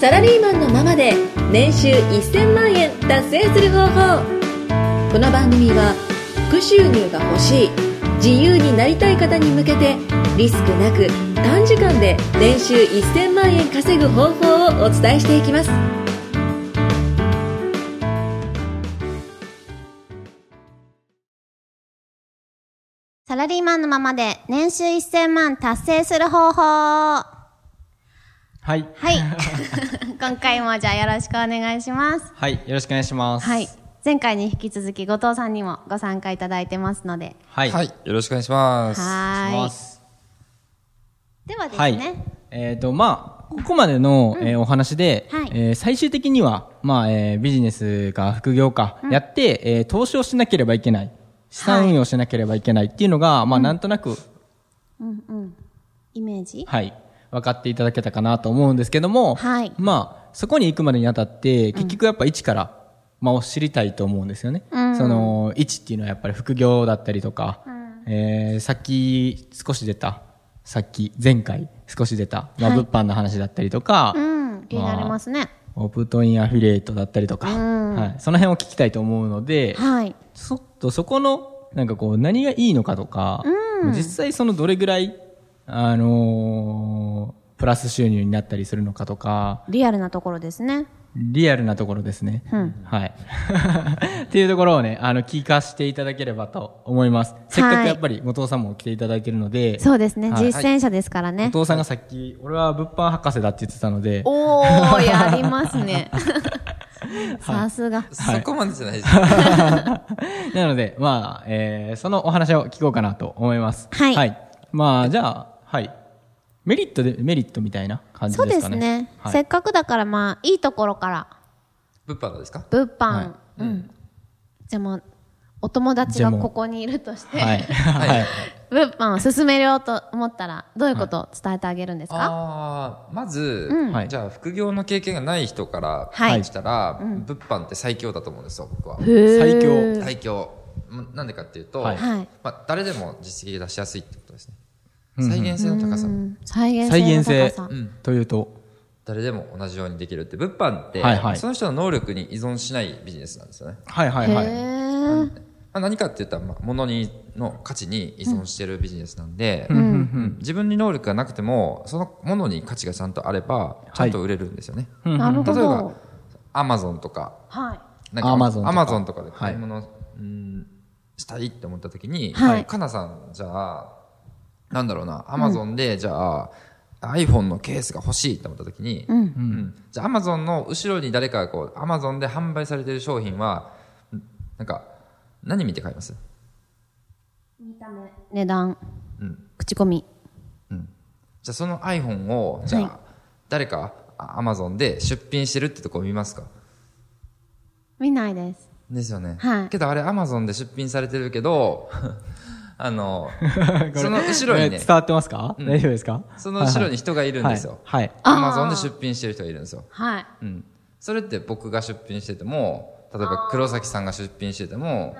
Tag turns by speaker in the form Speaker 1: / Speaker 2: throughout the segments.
Speaker 1: サラリーマンのままで年収1000万円達成する方法この番組は副収入が欲しい自由になりたい方に向けてリスクなく短時間で年収1000万円稼ぐ方法をお伝えしていきます
Speaker 2: サラリーマンのままで年収1000万達成する方法は
Speaker 3: はい。
Speaker 2: い。 今回もじゃあよろしくお願いします。
Speaker 3: はい。よろしくお願いします。
Speaker 2: はい。。前回に引き続き後藤さんにもご参加いただいてますので。
Speaker 3: はい。
Speaker 4: はい。よろしくお願いします。
Speaker 2: は
Speaker 3: ま
Speaker 2: ー
Speaker 3: す
Speaker 2: い。ではです
Speaker 3: はい
Speaker 2: ね。。
Speaker 3: えっ、と、まあ、ここまでの、えーお話で、
Speaker 2: はい
Speaker 3: えー最終的には、まあ、えービジネスか副業かやって、えー投資をしなければいけない。資産運用しなければいけないっていうのが、まあ、なんとなく、
Speaker 2: うんうん。イメージ
Speaker 3: はい、分かっていただけたかなと思うんですけども、
Speaker 2: はい
Speaker 3: まあ、そこに行くまでにあたって、結局やっぱ一から、まあ、知りたいと思うんですよね。
Speaker 2: うん
Speaker 3: その、一っていうのはやっぱり副業だったりとか、えーさっき少し出た、さっき前回少し出た、まあ、物販の話だったりとか、
Speaker 2: うん。気になりますね。
Speaker 3: オプトインアフィリエイトだったりとか、
Speaker 2: うん
Speaker 3: はい、その辺を聞きたいと思うので、
Speaker 2: はい。
Speaker 3: ちょっとそこの、なんかこう、何がいいのかとか、実際そのどれぐらい、あのープラス収入になったりするのかとか、
Speaker 2: リアルなところですね。
Speaker 3: リアルなところですね。はい。 っていうところをね、あの、聞かせていただければと思います。せっかくやっぱり、後藤さんも来ていただいてるので、
Speaker 2: そうですね。
Speaker 3: はい
Speaker 2: 実践者ですからね。
Speaker 3: 後藤さんがさっき、俺は物販博士だって言ってたので、
Speaker 2: おー、やりますね。さすが。
Speaker 3: はい
Speaker 4: そこまでじゃない です。は
Speaker 3: なので、まあ、えーそのお話を聞こうかなと思います。
Speaker 2: はい
Speaker 3: まあ、じゃあ、はい。メリットで、メリットみたいな感じ
Speaker 2: そう
Speaker 3: で
Speaker 2: ですす
Speaker 3: かね。
Speaker 2: ね。
Speaker 3: はい
Speaker 2: せっかくだからまあ、いいところから。
Speaker 4: 物販のですか
Speaker 2: 物販、
Speaker 3: はい
Speaker 2: うん、じゃあもうお友達がここにいるとして、
Speaker 3: はい。はい。
Speaker 2: 物販を進めようと思ったらどういうことを伝えてあげるんですか、
Speaker 4: ああーまず、
Speaker 3: はい
Speaker 4: じゃあ副業の経験がない人から
Speaker 2: はい
Speaker 4: したら、物販って最強だと思うんですよ、僕は。
Speaker 2: へー
Speaker 3: 最強
Speaker 4: 最強。んなんでかっていうと、
Speaker 3: はい
Speaker 2: はい
Speaker 4: まあ、誰でも実績出しやすいってことですね。再現性の高さ
Speaker 2: う。ん再現
Speaker 3: 再
Speaker 2: 性
Speaker 3: 現
Speaker 2: の高
Speaker 3: 性
Speaker 2: さ
Speaker 4: ん
Speaker 3: というと、
Speaker 4: 誰でも同じようにできるって、物販って、
Speaker 3: はいはい
Speaker 4: その人の能力に依存しないビジネスなんですよね。
Speaker 3: はいはい
Speaker 2: へ
Speaker 3: はい。
Speaker 2: ー
Speaker 4: まあ、何かって言ったら、まあ、物にの価値に依存してるビジネスなんで、 うん自分に能力がなくてもそのものに価値がちゃんとあれば
Speaker 3: い
Speaker 4: ちゃんと売れるんですよね、
Speaker 3: うん
Speaker 2: なるほ
Speaker 4: 例え
Speaker 2: ど
Speaker 4: ばアマゾンとか
Speaker 2: はい
Speaker 4: なんか
Speaker 3: Amazon とか
Speaker 4: Amazon とかで買い物、うんしたいって思った時に、
Speaker 2: はい
Speaker 4: かなさんじゃあなんだろうなアマゾンでじゃあ、iPhone のケースが欲しいって思った時に、
Speaker 2: ん
Speaker 4: うんじゃあ Amazon の後ろに誰かがこう Amazon で販売されてる商品はうんなんか何見て買います
Speaker 2: 値段、
Speaker 4: うん
Speaker 2: 口コミ
Speaker 4: じゃあその iPhone をじゃあ誰かアマゾンで出品してるってとこ見ますか
Speaker 2: 見ないです
Speaker 4: ですよね、
Speaker 2: はい
Speaker 4: けどあれアマゾンで出品されてるけど あのその後ろ に
Speaker 3: これ
Speaker 4: ね
Speaker 3: 伝わってますか、
Speaker 4: うん
Speaker 3: 大丈夫ですか
Speaker 4: その後ろに人がいるんですよ
Speaker 3: はい。はい
Speaker 2: あー
Speaker 4: アマゾンで出品してる人がいるんですよ、
Speaker 2: はい
Speaker 4: うん、それって僕が出品してても例えば黒崎さんが出品してても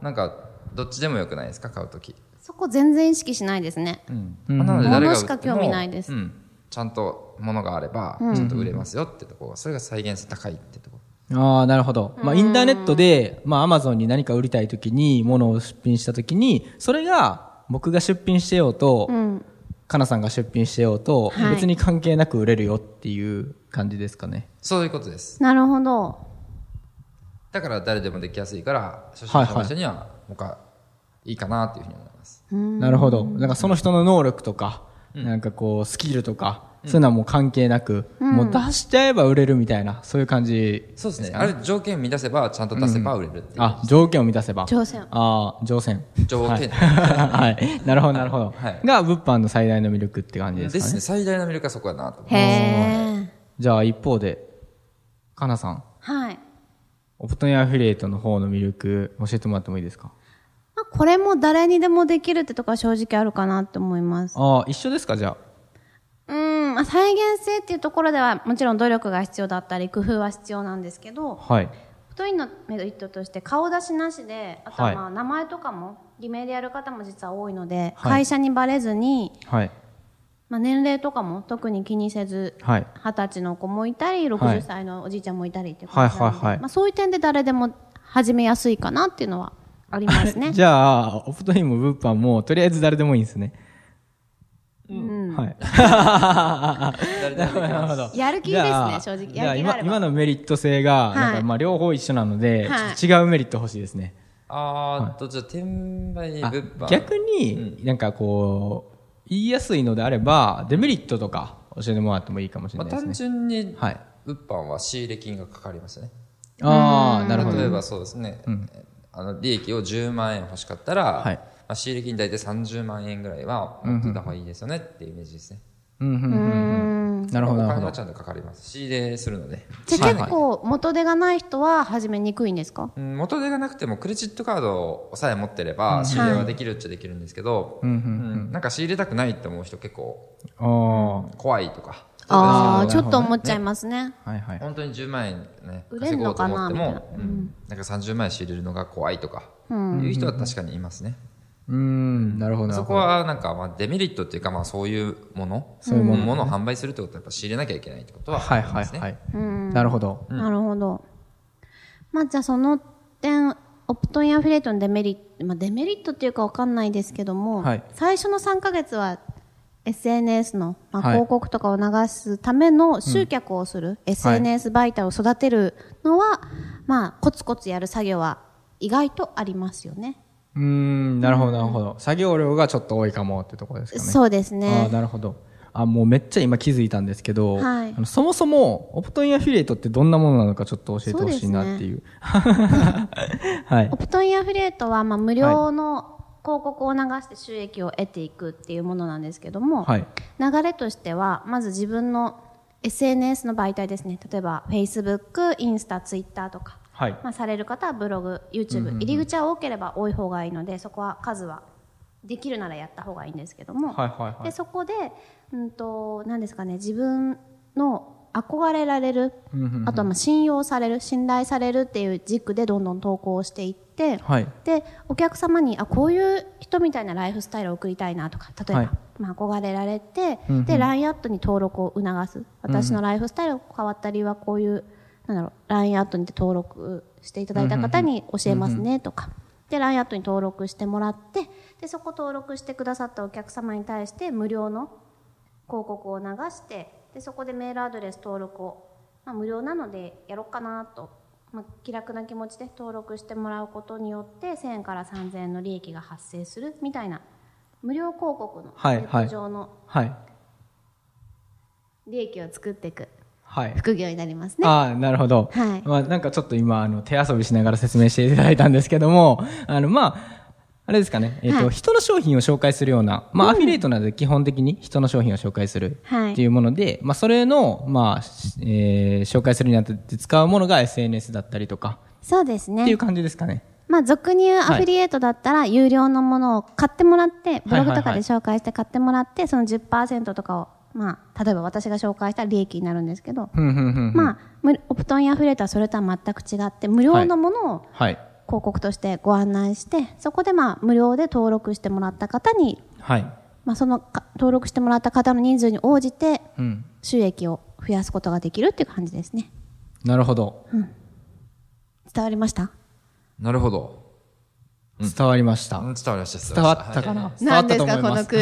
Speaker 4: なんかどっちでもよくないですか買う時
Speaker 2: そこ全然意識しないですね、
Speaker 3: うん
Speaker 4: なので誰が売っても
Speaker 2: 物しか興味ないです
Speaker 4: うんちゃんと物があればちゃんと売れますよってとこそれが再現性高いってとこ
Speaker 3: ああ、なるほど。まあ、インターネットで、まあ、アマゾンに何か売りたいときに、物を出品したときに、それが、僕が出品してようと、
Speaker 2: うん、
Speaker 3: かなさんが出品してようと、
Speaker 2: はい
Speaker 3: 別に関係なく売れるよっていう感じですかね。
Speaker 4: そういうことです
Speaker 2: なるほど
Speaker 4: だから誰でもできやすいから初心者の人には僕はいいかなっていうふうに思います、
Speaker 3: なるほど。なんかその人の能力とか、なんかこう、スキルとか、そういうのはもう関係なく、もう出しちゃえば売れるみたいな、そういう感じ。
Speaker 4: そうですねある条件満たせばちゃんと出せば売れるっていう、
Speaker 3: あ、条件を満たせば。
Speaker 2: 挑戦
Speaker 3: ああ、乗船。
Speaker 4: 条件
Speaker 3: はい。 はいなるほど、なるほど。
Speaker 4: はい
Speaker 3: が、物販の最大の魅力って感じ
Speaker 4: で
Speaker 3: ですすかね。
Speaker 4: ね最大の魅力はそこやなと思
Speaker 2: へ
Speaker 4: う
Speaker 2: え
Speaker 3: じゃあ、一方で、かなさん、
Speaker 2: はい
Speaker 3: オプトニアアフィリエイトの方の魅力、教えてもらってもいいですか
Speaker 2: まあこれも誰にでもできるってとこは正直あるかなって思います。
Speaker 3: ああ、一緒ですか、じゃ
Speaker 2: うん、まあ、再現性っていうところではもちろん努力が必要だったり工夫は必要なんですけ
Speaker 3: あ。
Speaker 2: ど、
Speaker 3: はい。
Speaker 2: 太いのメリットとして顔出しなしで、あと
Speaker 3: は
Speaker 2: はいまあ名前とかも偽名でやる方も実は多いので、
Speaker 3: はい
Speaker 2: 会社にバレずに、
Speaker 3: はい。
Speaker 2: まあ、年齢とかも特に気にせず、
Speaker 3: はい。
Speaker 2: 二十歳の子もいたり、
Speaker 3: はい
Speaker 2: 60歳のおじいちゃんもいたりってことなので、
Speaker 3: はいはいはい
Speaker 2: まあ、そういう点で誰でも始めやすいかなっていうのはありますね。
Speaker 3: じゃあ、お二人も物販も、とりあえず誰でもいいんですね。
Speaker 2: うん
Speaker 3: はい。
Speaker 4: 誰でもできます
Speaker 3: ど
Speaker 2: やる気ですね正直
Speaker 3: じゃあ
Speaker 2: やる気が
Speaker 3: 今
Speaker 2: あれば
Speaker 3: 今のメリット性が、
Speaker 2: い
Speaker 3: なんかまあ両方一緒なので、
Speaker 2: はい
Speaker 3: ちょっと違うメリット欲しいですね。
Speaker 4: あーっと、じゃあ、転売、
Speaker 3: あ
Speaker 4: 物販。
Speaker 3: 逆に、なんかこう、言いやすいのであれば、デメリットとか教えてもらってもいいかもしれ
Speaker 4: まあ、
Speaker 3: ないですね。
Speaker 4: 単純に、
Speaker 3: はい
Speaker 4: 物販は仕入れ金がかかりますね。
Speaker 3: ああ、なるほど。
Speaker 4: 例えばそうですね、あの利益を10万円欲しかったら、
Speaker 3: はい
Speaker 4: まあ、仕入れ金大体30万円ぐらいは持ってた方がいいですよねっていうイメージですね。
Speaker 3: うんうんうんうん。なるほど、
Speaker 4: お
Speaker 3: なる
Speaker 4: 金
Speaker 3: ほ
Speaker 4: は
Speaker 3: ど。
Speaker 4: ちゃんとかかります。仕入れするので。
Speaker 2: じゃあ結構元手がない人は始めにくいんですか、
Speaker 4: うん元手がなくてもクレジットカードさえ持ってれば仕入れはできるっちゃできるんですけど、
Speaker 3: うんう
Speaker 4: うんなんか仕入れたくないって思う人結構
Speaker 3: あ
Speaker 4: 怖いとか、
Speaker 2: ああ、
Speaker 3: な
Speaker 2: ち
Speaker 3: る
Speaker 2: ょ
Speaker 3: ほどね
Speaker 2: っと思っちゃいますね。
Speaker 3: あ、はいはい。
Speaker 4: 本当に10万円ね、
Speaker 2: 売れ
Speaker 4: 稼
Speaker 2: ん
Speaker 4: ご
Speaker 2: の
Speaker 4: うと
Speaker 2: か
Speaker 4: 思
Speaker 2: な
Speaker 4: っても、
Speaker 2: みたいな
Speaker 4: うんなんか30万円仕入れるのが怖いとか、いう人は確かにいますね。
Speaker 3: うん、なるほど、なる
Speaker 4: そ
Speaker 3: ほ
Speaker 4: こ
Speaker 3: ど。
Speaker 4: はなんかまあデメリットっていうかまあそういうもの、
Speaker 3: そういうものね
Speaker 4: ものを販売するってことはやっぱ仕入れなきゃいけないってことは
Speaker 3: は
Speaker 4: あ
Speaker 3: い
Speaker 4: り
Speaker 3: は
Speaker 4: ま
Speaker 3: い
Speaker 4: すね。
Speaker 3: はい。
Speaker 2: うん
Speaker 3: なるほど。
Speaker 2: なるほど。まあじゃあその点、オプトインアフィリエイトのデメリット、まあデメリットっていうかわかんないですけども、
Speaker 3: はい
Speaker 2: 最初の3ヶ月は SNS の、まあ、
Speaker 3: はい
Speaker 2: 広告とかを流すための集客をする、SNS 媒体を育てるのは、まあコツコツやる作業は意外とありますよね。
Speaker 3: うーん、なるほど、なるほど。作業量がちょっと多いかもってところですかね。
Speaker 2: そうです
Speaker 3: ああ、
Speaker 2: ね。
Speaker 3: なるほど。あ、もうめっちゃ今気づいたんですけど、
Speaker 2: はい
Speaker 3: あのそもそも、オプトインアフィリエイトってどんなものなのかちょっと教えてほしいなっていう。 はい
Speaker 2: オ。プトインアフィリエイトは、まあ、無料の広告を流して収益を得ていくっていうものなんですけども、
Speaker 3: はい。
Speaker 2: 流れとしてはまず自分の SNS の媒体ですね例えば Facebook、インスタ、Twitter とか、
Speaker 3: はい。
Speaker 2: まあ、される方はブログ、YouTube、入り口は多ければ多い方がいいのでそこは数はできるならやった方がいいんですけども、
Speaker 3: はいはいはい
Speaker 2: でそこで、うん、と何ですかね自分の憧れられる、あとはまあ信用される信頼されるっていう軸でどんどん投稿していって、
Speaker 3: はい。
Speaker 2: でお客様にあこういう人みたいなライフスタイルを送りたいなとか例えば、
Speaker 3: はい
Speaker 2: まあ、憧れられて、
Speaker 3: うんうん
Speaker 2: で LINE アットに登録を促す私のライフスタイルが変わった理由はこういうなんだろう LINE アットにて登録していただいた方に教えますねとか、で LINE アットに登録してもらってでそこ登録してくださったお客様に対して無料の広告を流してでそこでメールアドレス登録を、まあ、無料なのでやろうかなと、まあ、気楽な気持ちで登録してもらうことによって1000円から3000円の利益が発生するみたいな無料広告の
Speaker 3: はい
Speaker 2: ネット上の
Speaker 3: はい。
Speaker 2: 利益を作っていく
Speaker 3: はい。
Speaker 2: 副業になりますね。
Speaker 3: ああ、なるほど。
Speaker 2: はい
Speaker 3: まあ、なんかちょっと今、あの、手遊びしながら説明していただいたんですけども、 あの、まあ、あれですかね、えっ、と、
Speaker 2: はい
Speaker 3: 人の商品を紹介するような、まあ、アフィリエイトなので基本的に人の商品を紹介する
Speaker 2: はい
Speaker 3: っていうもので、まあ、それの、まあ、しえー紹介するにあたって使うものが SNS だったりとか、
Speaker 2: そうです
Speaker 3: っていう
Speaker 2: ね。
Speaker 3: 感じですかね。
Speaker 2: まあ、俗に言うアフィリエイトだったら、有料のものを買ってもらって、ブログと
Speaker 3: はい
Speaker 2: か
Speaker 3: はいは
Speaker 2: で
Speaker 3: い
Speaker 2: 紹介して買ってもらって、その10%とかを、まあ、例えば私が紹介した利益になるんですけど、
Speaker 3: ふんふんふんふん。
Speaker 2: まあ、むオプトインアフィリエイトはそれとは全く違って、無料のものを
Speaker 3: はい。
Speaker 2: 広告としてご案内して、そこでまあ、無料で登録してもらった方に、
Speaker 3: はい。
Speaker 2: まあ、そのか登録してもらった方の人数に応じて、
Speaker 3: うん。
Speaker 2: 収益を増やすことができるっていう感じですね。
Speaker 3: なるほど。
Speaker 2: 伝わりました
Speaker 4: なるほど。
Speaker 3: 伝わりました。
Speaker 4: うん伝わりました。
Speaker 3: 伝わったか
Speaker 4: はい
Speaker 3: な伝わったと思います。
Speaker 2: 気。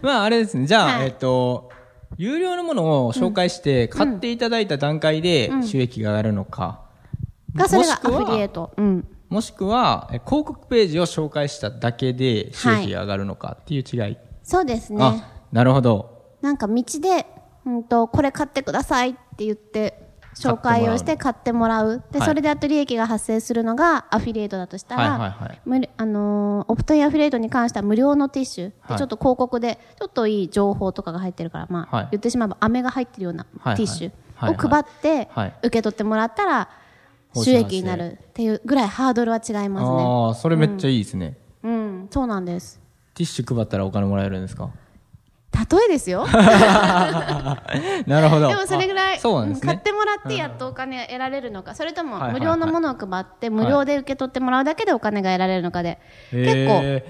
Speaker 3: まああれですね。じゃあ、
Speaker 2: はい
Speaker 3: えっと、有料のものを紹介して、買っていただいた段階で収益が上がるのか。
Speaker 2: が、それがアフ
Speaker 3: もし
Speaker 2: ィ
Speaker 3: く
Speaker 2: リエイ
Speaker 3: は、
Speaker 2: ト。うん。
Speaker 3: もしくは、え広告ページを紹介しただけで収益が上がるのかっていう違い。
Speaker 2: そうですね。
Speaker 3: あ、なるほど。
Speaker 2: なんか道で、うんと、これ買ってくださいって言って、紹介をして買ってもらう。で、
Speaker 3: はい
Speaker 2: それであと利益が発生するのがアフィリエイトだとした
Speaker 3: はいはいは
Speaker 2: ら
Speaker 3: い、
Speaker 2: 無料あのーオプトインアフィリエイトに関しては無料のティッシュ。で
Speaker 3: はい
Speaker 2: ちょっと広告で、ちょっといい情報とかが入ってるから、まあ、
Speaker 3: はい
Speaker 2: 言ってしまえば飴が入ってるような
Speaker 3: はいはい
Speaker 2: ティッシ
Speaker 3: はい
Speaker 2: ュを配って
Speaker 3: はい、
Speaker 2: 受け取ってもらったら、
Speaker 3: 報酬
Speaker 2: 収益になるっていうぐらいハードルは違いますね。
Speaker 3: ああ、それめっちゃいいですね。
Speaker 2: うん、そうなんです。
Speaker 3: ティッシュ配ったらお金もらえるんですか
Speaker 2: 例えですよ。
Speaker 3: なるほど。
Speaker 2: でもそれぐらい、
Speaker 3: あそうな
Speaker 2: う
Speaker 3: んで
Speaker 2: ん
Speaker 3: す
Speaker 2: 買
Speaker 3: ね
Speaker 2: っ。てもらってやっとお金得られるのか、それとも
Speaker 3: はいはいは
Speaker 2: 無
Speaker 3: い
Speaker 2: 料のものを配って、無料で受け取ってもらうだけでお金が得られるのかで、結構、
Speaker 3: へー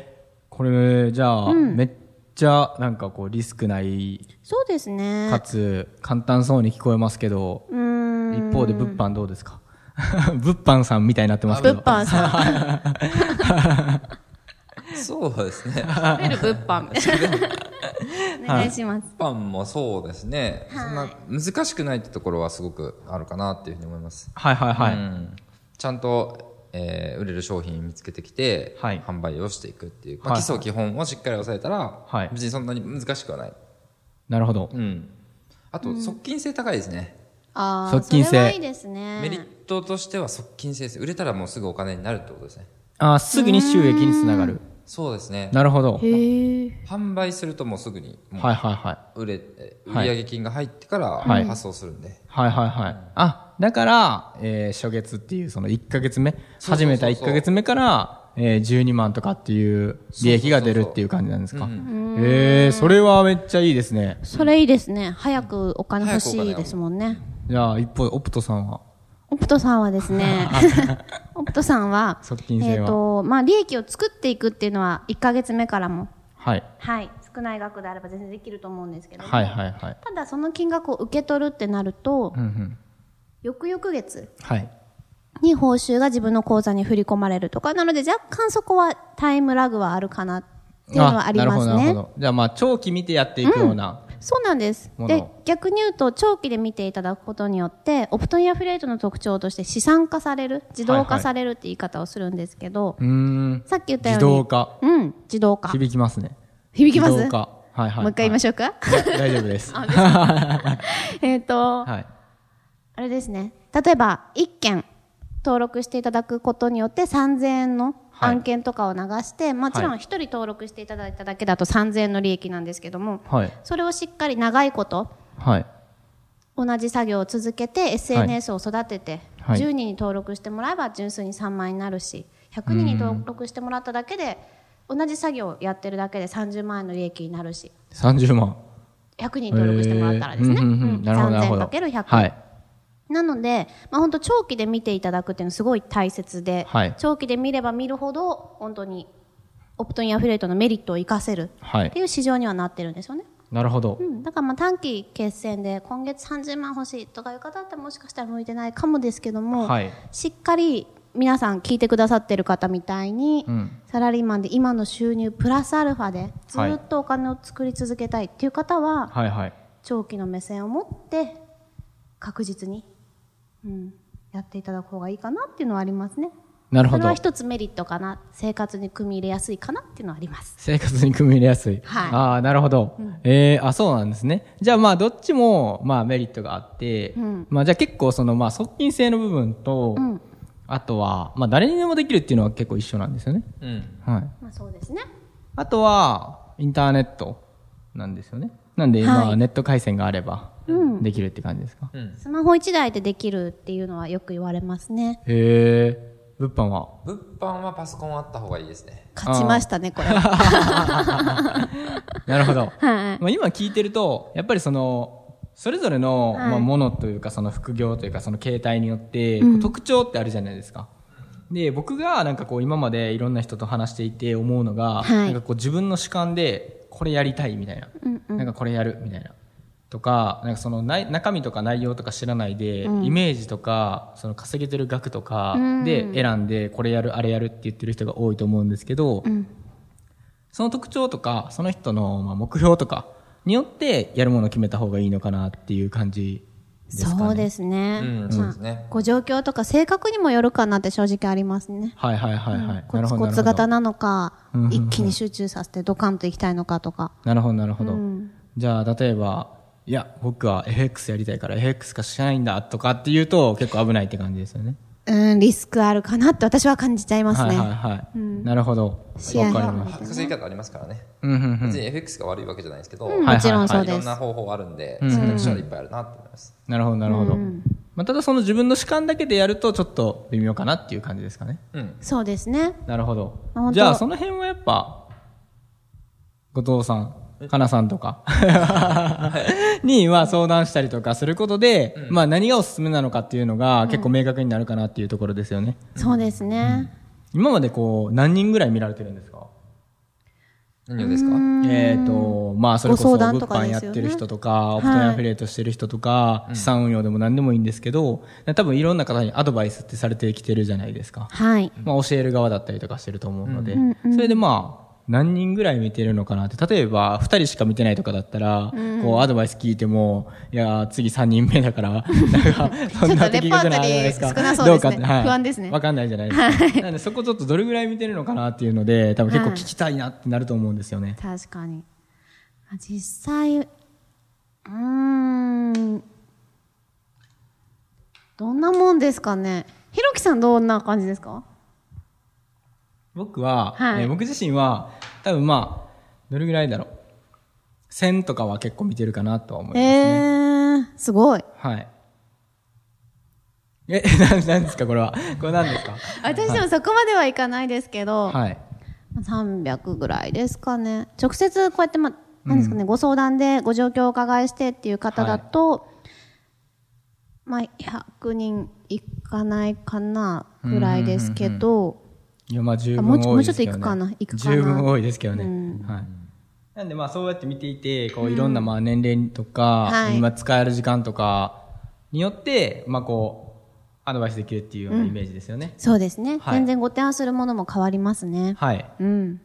Speaker 3: これ、じゃあ、めっちゃなんかこうリスクない、
Speaker 2: そうですね。
Speaker 3: かつ簡単そうに聞こえますけど、
Speaker 2: うーん。
Speaker 3: 一方で物販どうですか 物販さんみたいになってますけど。
Speaker 2: 物 販さん。
Speaker 4: そうですね。
Speaker 2: いわゆる物販みた いな。お願いします。
Speaker 4: パンもそうですね。そんな難しくないってところはすごくあるかなっていうふうに思います。
Speaker 3: はいはいはい。
Speaker 4: うんちゃんと、えー売れる商品見つけてきて、
Speaker 3: はい
Speaker 4: 販売をしていくっていう、まあ
Speaker 3: はい
Speaker 4: 基礎基本をしっかり押さえたら、
Speaker 3: はい
Speaker 4: 別にそんなに難しくはない。
Speaker 3: なるほど
Speaker 4: う。ん、あと、側近性高いですね、
Speaker 2: ああ、
Speaker 3: 側
Speaker 2: それ
Speaker 3: 近性
Speaker 2: はいいですね。
Speaker 4: メリットとしては側近性です売れたらもうすぐお金になるってことですね
Speaker 3: あーすぐに収益につながる。
Speaker 4: そうですね
Speaker 3: なるほど。
Speaker 2: へえ。
Speaker 4: 販売するともうすぐにも
Speaker 3: はいはいはい。
Speaker 4: う売れ、えー
Speaker 3: はい
Speaker 4: 売上金が入ってから
Speaker 3: はい
Speaker 4: 発送するんで、
Speaker 3: はいはいはい。あ、だから、えー初月っていうその1ヶ月目、
Speaker 4: そうそうそう
Speaker 3: 始めた1ヶ月目から、えー12万とかっていう利益が出るっていう感じなんですか。えー、それはめっちゃいいですね。
Speaker 2: それいいですね。早くお金欲しいですもんね。
Speaker 3: じゃあ一方、オプトさんは。
Speaker 2: オプトさんはです ね、オプトさんは、
Speaker 3: 側近性は
Speaker 2: えっ、と、まあ、利益を作っていくっていうのは、1ヶ月目からも、
Speaker 3: はい。
Speaker 2: はい、少ない額であれば全然できると思うんですけど、
Speaker 3: はいはいはい。
Speaker 2: ただその金額を受け取るってなると
Speaker 3: う、んうん。
Speaker 2: 翌々月
Speaker 3: はい。
Speaker 2: に報酬が自分の口座に振り込まれるとか、なので若干そこはタイムラグはあるかなっていうのはあり
Speaker 3: なる
Speaker 2: ま
Speaker 3: ほ
Speaker 2: す
Speaker 3: どなる
Speaker 2: ね。
Speaker 3: ほど。じゃあまあ長期見てやっていくような。
Speaker 2: そうなんです
Speaker 3: も。の
Speaker 2: で、逆に言うと、長期で見ていただくことによって、オプトインアフィリエイトの特徴として資産化される、自動化されるって言い方をするんですけど、
Speaker 3: うーん。
Speaker 2: さっき言ったよう
Speaker 3: 自
Speaker 2: に。
Speaker 3: 動化。
Speaker 2: うん、自動化。
Speaker 3: 響きますね。
Speaker 2: 響きます
Speaker 3: 自動化。はいはい、はい。
Speaker 2: もう一回言いましょうか。
Speaker 3: いや大丈夫です。は
Speaker 2: えっと、
Speaker 3: い。
Speaker 2: あれですね。例えば、一件登録していただくことによって3000円の
Speaker 3: はい
Speaker 2: 案件とかを流して、もちろ
Speaker 3: は
Speaker 2: ん
Speaker 3: い
Speaker 2: 一人登録していただいただけだと3000円の利益なんですけども、
Speaker 3: はい。
Speaker 2: それをしっかり長いこと、
Speaker 3: はい。
Speaker 2: 同じ作業を続けて SNS を育てて、
Speaker 3: はい
Speaker 2: 10人に登録してもらえば純粋に3万円になるし100人に登録してもらっただけで同じ作業をやってるだけで30万円の利益になるし
Speaker 3: 30万。
Speaker 2: 100人登録してもらったらですね、
Speaker 3: えーうんうんうんなるほど、なるほど。
Speaker 2: 3000×100、
Speaker 3: はい。
Speaker 2: なので、まあ、本当長期で見ていただくっていうのはすごい大切で、
Speaker 3: はい
Speaker 2: 長期で見れば見るほど本当にオプトインアフィリエイトのメリットを生かせる
Speaker 3: は
Speaker 2: って
Speaker 3: い。
Speaker 2: いう市場にはなってるんですよね、
Speaker 3: なるほど
Speaker 2: う。ん、だからまあ短期決戦で今月30万欲しいとかいう方ってもしかしたら向いてないかもですけども、
Speaker 3: はい
Speaker 2: しっかり皆さん聞いてくださってる方みたいに、
Speaker 3: うん
Speaker 2: サラリーマンで今の収入プラスアルファでず
Speaker 3: はい
Speaker 2: っとお金を作り続けたいっていう方は
Speaker 3: はいはい。
Speaker 2: 長期の目線を持って確実に、うん、やっていただく方がいいかなっていうのはありますね。
Speaker 3: なる
Speaker 2: そ
Speaker 3: ほ
Speaker 2: れ
Speaker 3: ど
Speaker 2: は。一つメリットかな生活に組み入れやすいかなっていうのはあります。
Speaker 3: 生活に組み入れやすい。
Speaker 2: はい
Speaker 3: ああ、なるほど。ええあ、そうなんですね。じゃあまあ、どっちも、まあ、メリットがあって、
Speaker 2: うん
Speaker 3: まあ、じゃあ結構、その、まあ、側近性の部分と、
Speaker 2: うん
Speaker 3: あとは、まあ、誰にでもできるっていうのは結構一緒なんですよね。
Speaker 4: うん
Speaker 3: はい。
Speaker 2: まあ、そうですね。
Speaker 3: あとは、インターネットなんですよね。なんで、
Speaker 2: はい
Speaker 3: まあ、ネット回線があれば、できるって感じですか。
Speaker 4: うん
Speaker 2: スマホ1台でできるっていうのはよく言われますね。
Speaker 3: へえ、物販は
Speaker 4: 物販はパソコンあった方がいいですね
Speaker 2: 勝ちましたね、これ。は
Speaker 3: なるほ
Speaker 2: は
Speaker 3: ど。
Speaker 2: い
Speaker 3: まあ、今聞いてると、やっぱりその、それぞれの、
Speaker 2: はい
Speaker 3: まあ、ものというか、その副業というか、その形態によって、こう特徴ってあるじゃないですか。で、僕がなんかこう、今までいろんな人と話していて思うのが、
Speaker 2: はい
Speaker 3: なんかこう、自分の主観で、これやりたいみたいな。
Speaker 2: うんうん
Speaker 3: なんかこれやるみたいな。とか、なんかその内中身とか内容とか知らないで、イメージとか、その稼げてる額とか
Speaker 2: うん
Speaker 3: で選んで、これやる、あれやるって言ってる人が多いと思うんですけど、
Speaker 2: うん
Speaker 3: その特徴とか、その人のまあ目標とかによってやるものを決めた方がいいのかなっていう感じですかね。。
Speaker 2: そうですすね。
Speaker 4: うんそうですね
Speaker 2: ご状況とか性格にもよるかなって正直ありますね。
Speaker 3: はいはいはいはい。
Speaker 2: コ
Speaker 3: なる
Speaker 2: ツ
Speaker 3: ほど
Speaker 2: コツ型なのか
Speaker 3: うんうんう、ん
Speaker 2: 一気に集中させてドカンと行きたいのかとか。
Speaker 3: なるほどなるほど。
Speaker 2: うん
Speaker 3: じゃあ、例えば、いや、僕は FX やりたいから FX しかしないんだとかっていうと結構危ないって感じですよね。
Speaker 2: うん、リスクあるかなって私は感じちゃいます
Speaker 3: はい
Speaker 2: ね。
Speaker 3: はいはい。なるほど。
Speaker 2: 試合
Speaker 3: わかりま
Speaker 2: う
Speaker 3: し
Speaker 2: ん
Speaker 3: た。
Speaker 4: 稼ぎ方ありますからね
Speaker 3: うんうんうん
Speaker 4: 別に FX が悪いわけじゃないですけど、
Speaker 2: うん
Speaker 3: はい
Speaker 2: もちろんそう
Speaker 4: いろ
Speaker 2: で
Speaker 4: ん
Speaker 2: す。
Speaker 4: な方法あるんで選択肢はいっぱいあるなって思います、
Speaker 3: なるほどなるほど。
Speaker 2: うん
Speaker 3: まあ、ただその自分の主観だけでやるとちょっと微妙かなっていう感じですかね。
Speaker 4: うん
Speaker 2: そうですね。
Speaker 3: なるほど
Speaker 2: あ本。当
Speaker 3: じゃあ、その辺はやっぱ、後藤さん、かなさんとか、に、まあ相談したりとかすることで、まあ何がおすすめなのかっていうのが結構明確になるかなっていうところですよね。
Speaker 2: そうですね。
Speaker 3: 今までこう、何人ぐらい見られてるんですか
Speaker 4: 何をですか
Speaker 3: えっ、と、まあ、それこそ
Speaker 2: ご相談
Speaker 3: 物
Speaker 2: とか
Speaker 3: 販
Speaker 2: で
Speaker 3: やっ
Speaker 2: すよね
Speaker 3: てる人とか、オプト
Speaker 2: はい
Speaker 3: インアフィリエイトしてる人とか、資産運用でも何でもいいんですけど、多分いろんな方にアドバイスってされてきてるじゃないですか。
Speaker 2: はい。
Speaker 3: まあ、教える側だったりとかしてると思うので、
Speaker 2: んうん
Speaker 3: それでまあ、何人ぐらい見てるのかなって、例えば2人しか見てないとかだったら、こうアドバイス聞いても、いやー、次3人目 だから、なんか、そんな的確なあれですか
Speaker 2: ちょっとレパートリー少なそうですね
Speaker 3: ど
Speaker 2: 不安ですね
Speaker 3: わかんないじゃないですか。なんでそこちょっとどれぐらい見てるのかなっていうので、多分結構聞きたいなってなると思うんですよね。
Speaker 2: 確かに。あ実際、うーん。どんなもんですかね。ひろきさんどんな感じですか
Speaker 3: 僕は、
Speaker 2: はい
Speaker 3: えー僕自身は多分まあどれぐらいだろう1000とかは結構見てるかなとは思います
Speaker 2: え
Speaker 3: ね、
Speaker 2: ー、すごい。
Speaker 3: はいえ なんなんですかこれはこれなんですか
Speaker 2: 私でもそこまではいかないですけど、
Speaker 3: はい
Speaker 2: 300ぐらいですかね。直接こうやって、まあ、何ですかね、ご相談でご状況をお伺いしてっていう方だと、まあ、100人いかないかな、ぐらいですけど、
Speaker 3: いやまあ十分
Speaker 2: もうちょ
Speaker 3: 多いですけど、ね、
Speaker 2: もうちょっといくかな行くかな
Speaker 3: 十分多いですけどね、
Speaker 2: うん
Speaker 3: はいなんでまあそうやって見ていてこういろんなまあ年齢とか、
Speaker 2: はい
Speaker 3: 今使える時間とかによってまあこうアドバイスできるっていうようなイメージですよね、
Speaker 2: そうですね、
Speaker 3: はい
Speaker 2: 全然ご提案するものも変わりますね。
Speaker 3: はい
Speaker 2: うん。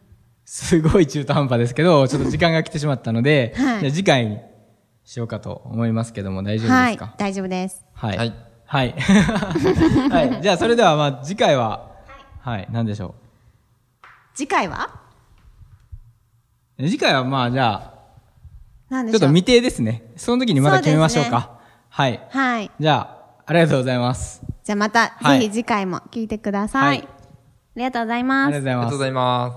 Speaker 3: すごい中途半端ですけど、ちょっと時間が来てしまったので、
Speaker 2: はい
Speaker 3: じゃあ次回にしようかと思いますけども、大丈夫
Speaker 2: は
Speaker 3: です
Speaker 2: い
Speaker 3: か。
Speaker 2: 大丈夫です。
Speaker 3: はい。
Speaker 4: はい。
Speaker 3: はい。 はい。じゃあそれでは、まあ次回は、はい、何でしょ
Speaker 2: 次回は
Speaker 3: う。次回はまあじゃあ、
Speaker 2: 何で
Speaker 3: ち
Speaker 2: しょう
Speaker 3: ょっと未定ですね。その時にまた決めましょうか。はい。
Speaker 2: はい。
Speaker 3: じゃあ、ありがとうございます。
Speaker 2: じゃあまた、
Speaker 3: はい
Speaker 2: ぜひ次回も聞いてください。
Speaker 3: はい
Speaker 2: ありがとうござい
Speaker 3: あ
Speaker 2: ま
Speaker 3: りがと
Speaker 2: す
Speaker 3: うご。ざい
Speaker 4: ありが
Speaker 3: ま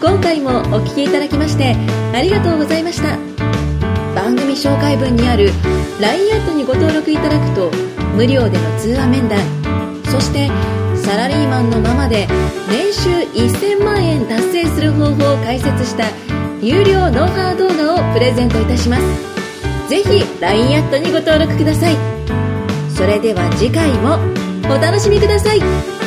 Speaker 4: とう
Speaker 3: す
Speaker 4: ご。ざい
Speaker 1: 今回
Speaker 4: ます。
Speaker 1: もお聞きいただきましてありがとうございました番組紹介文にある LINE アットにご登録いただくと無料での通話面談そしてサラリーマンのままで年収1000万円達成する方法を解説した有料ノウハウ動画をプレゼントいたしますぜひ LINE アットにご登録くださいそれでは次回もお楽しみください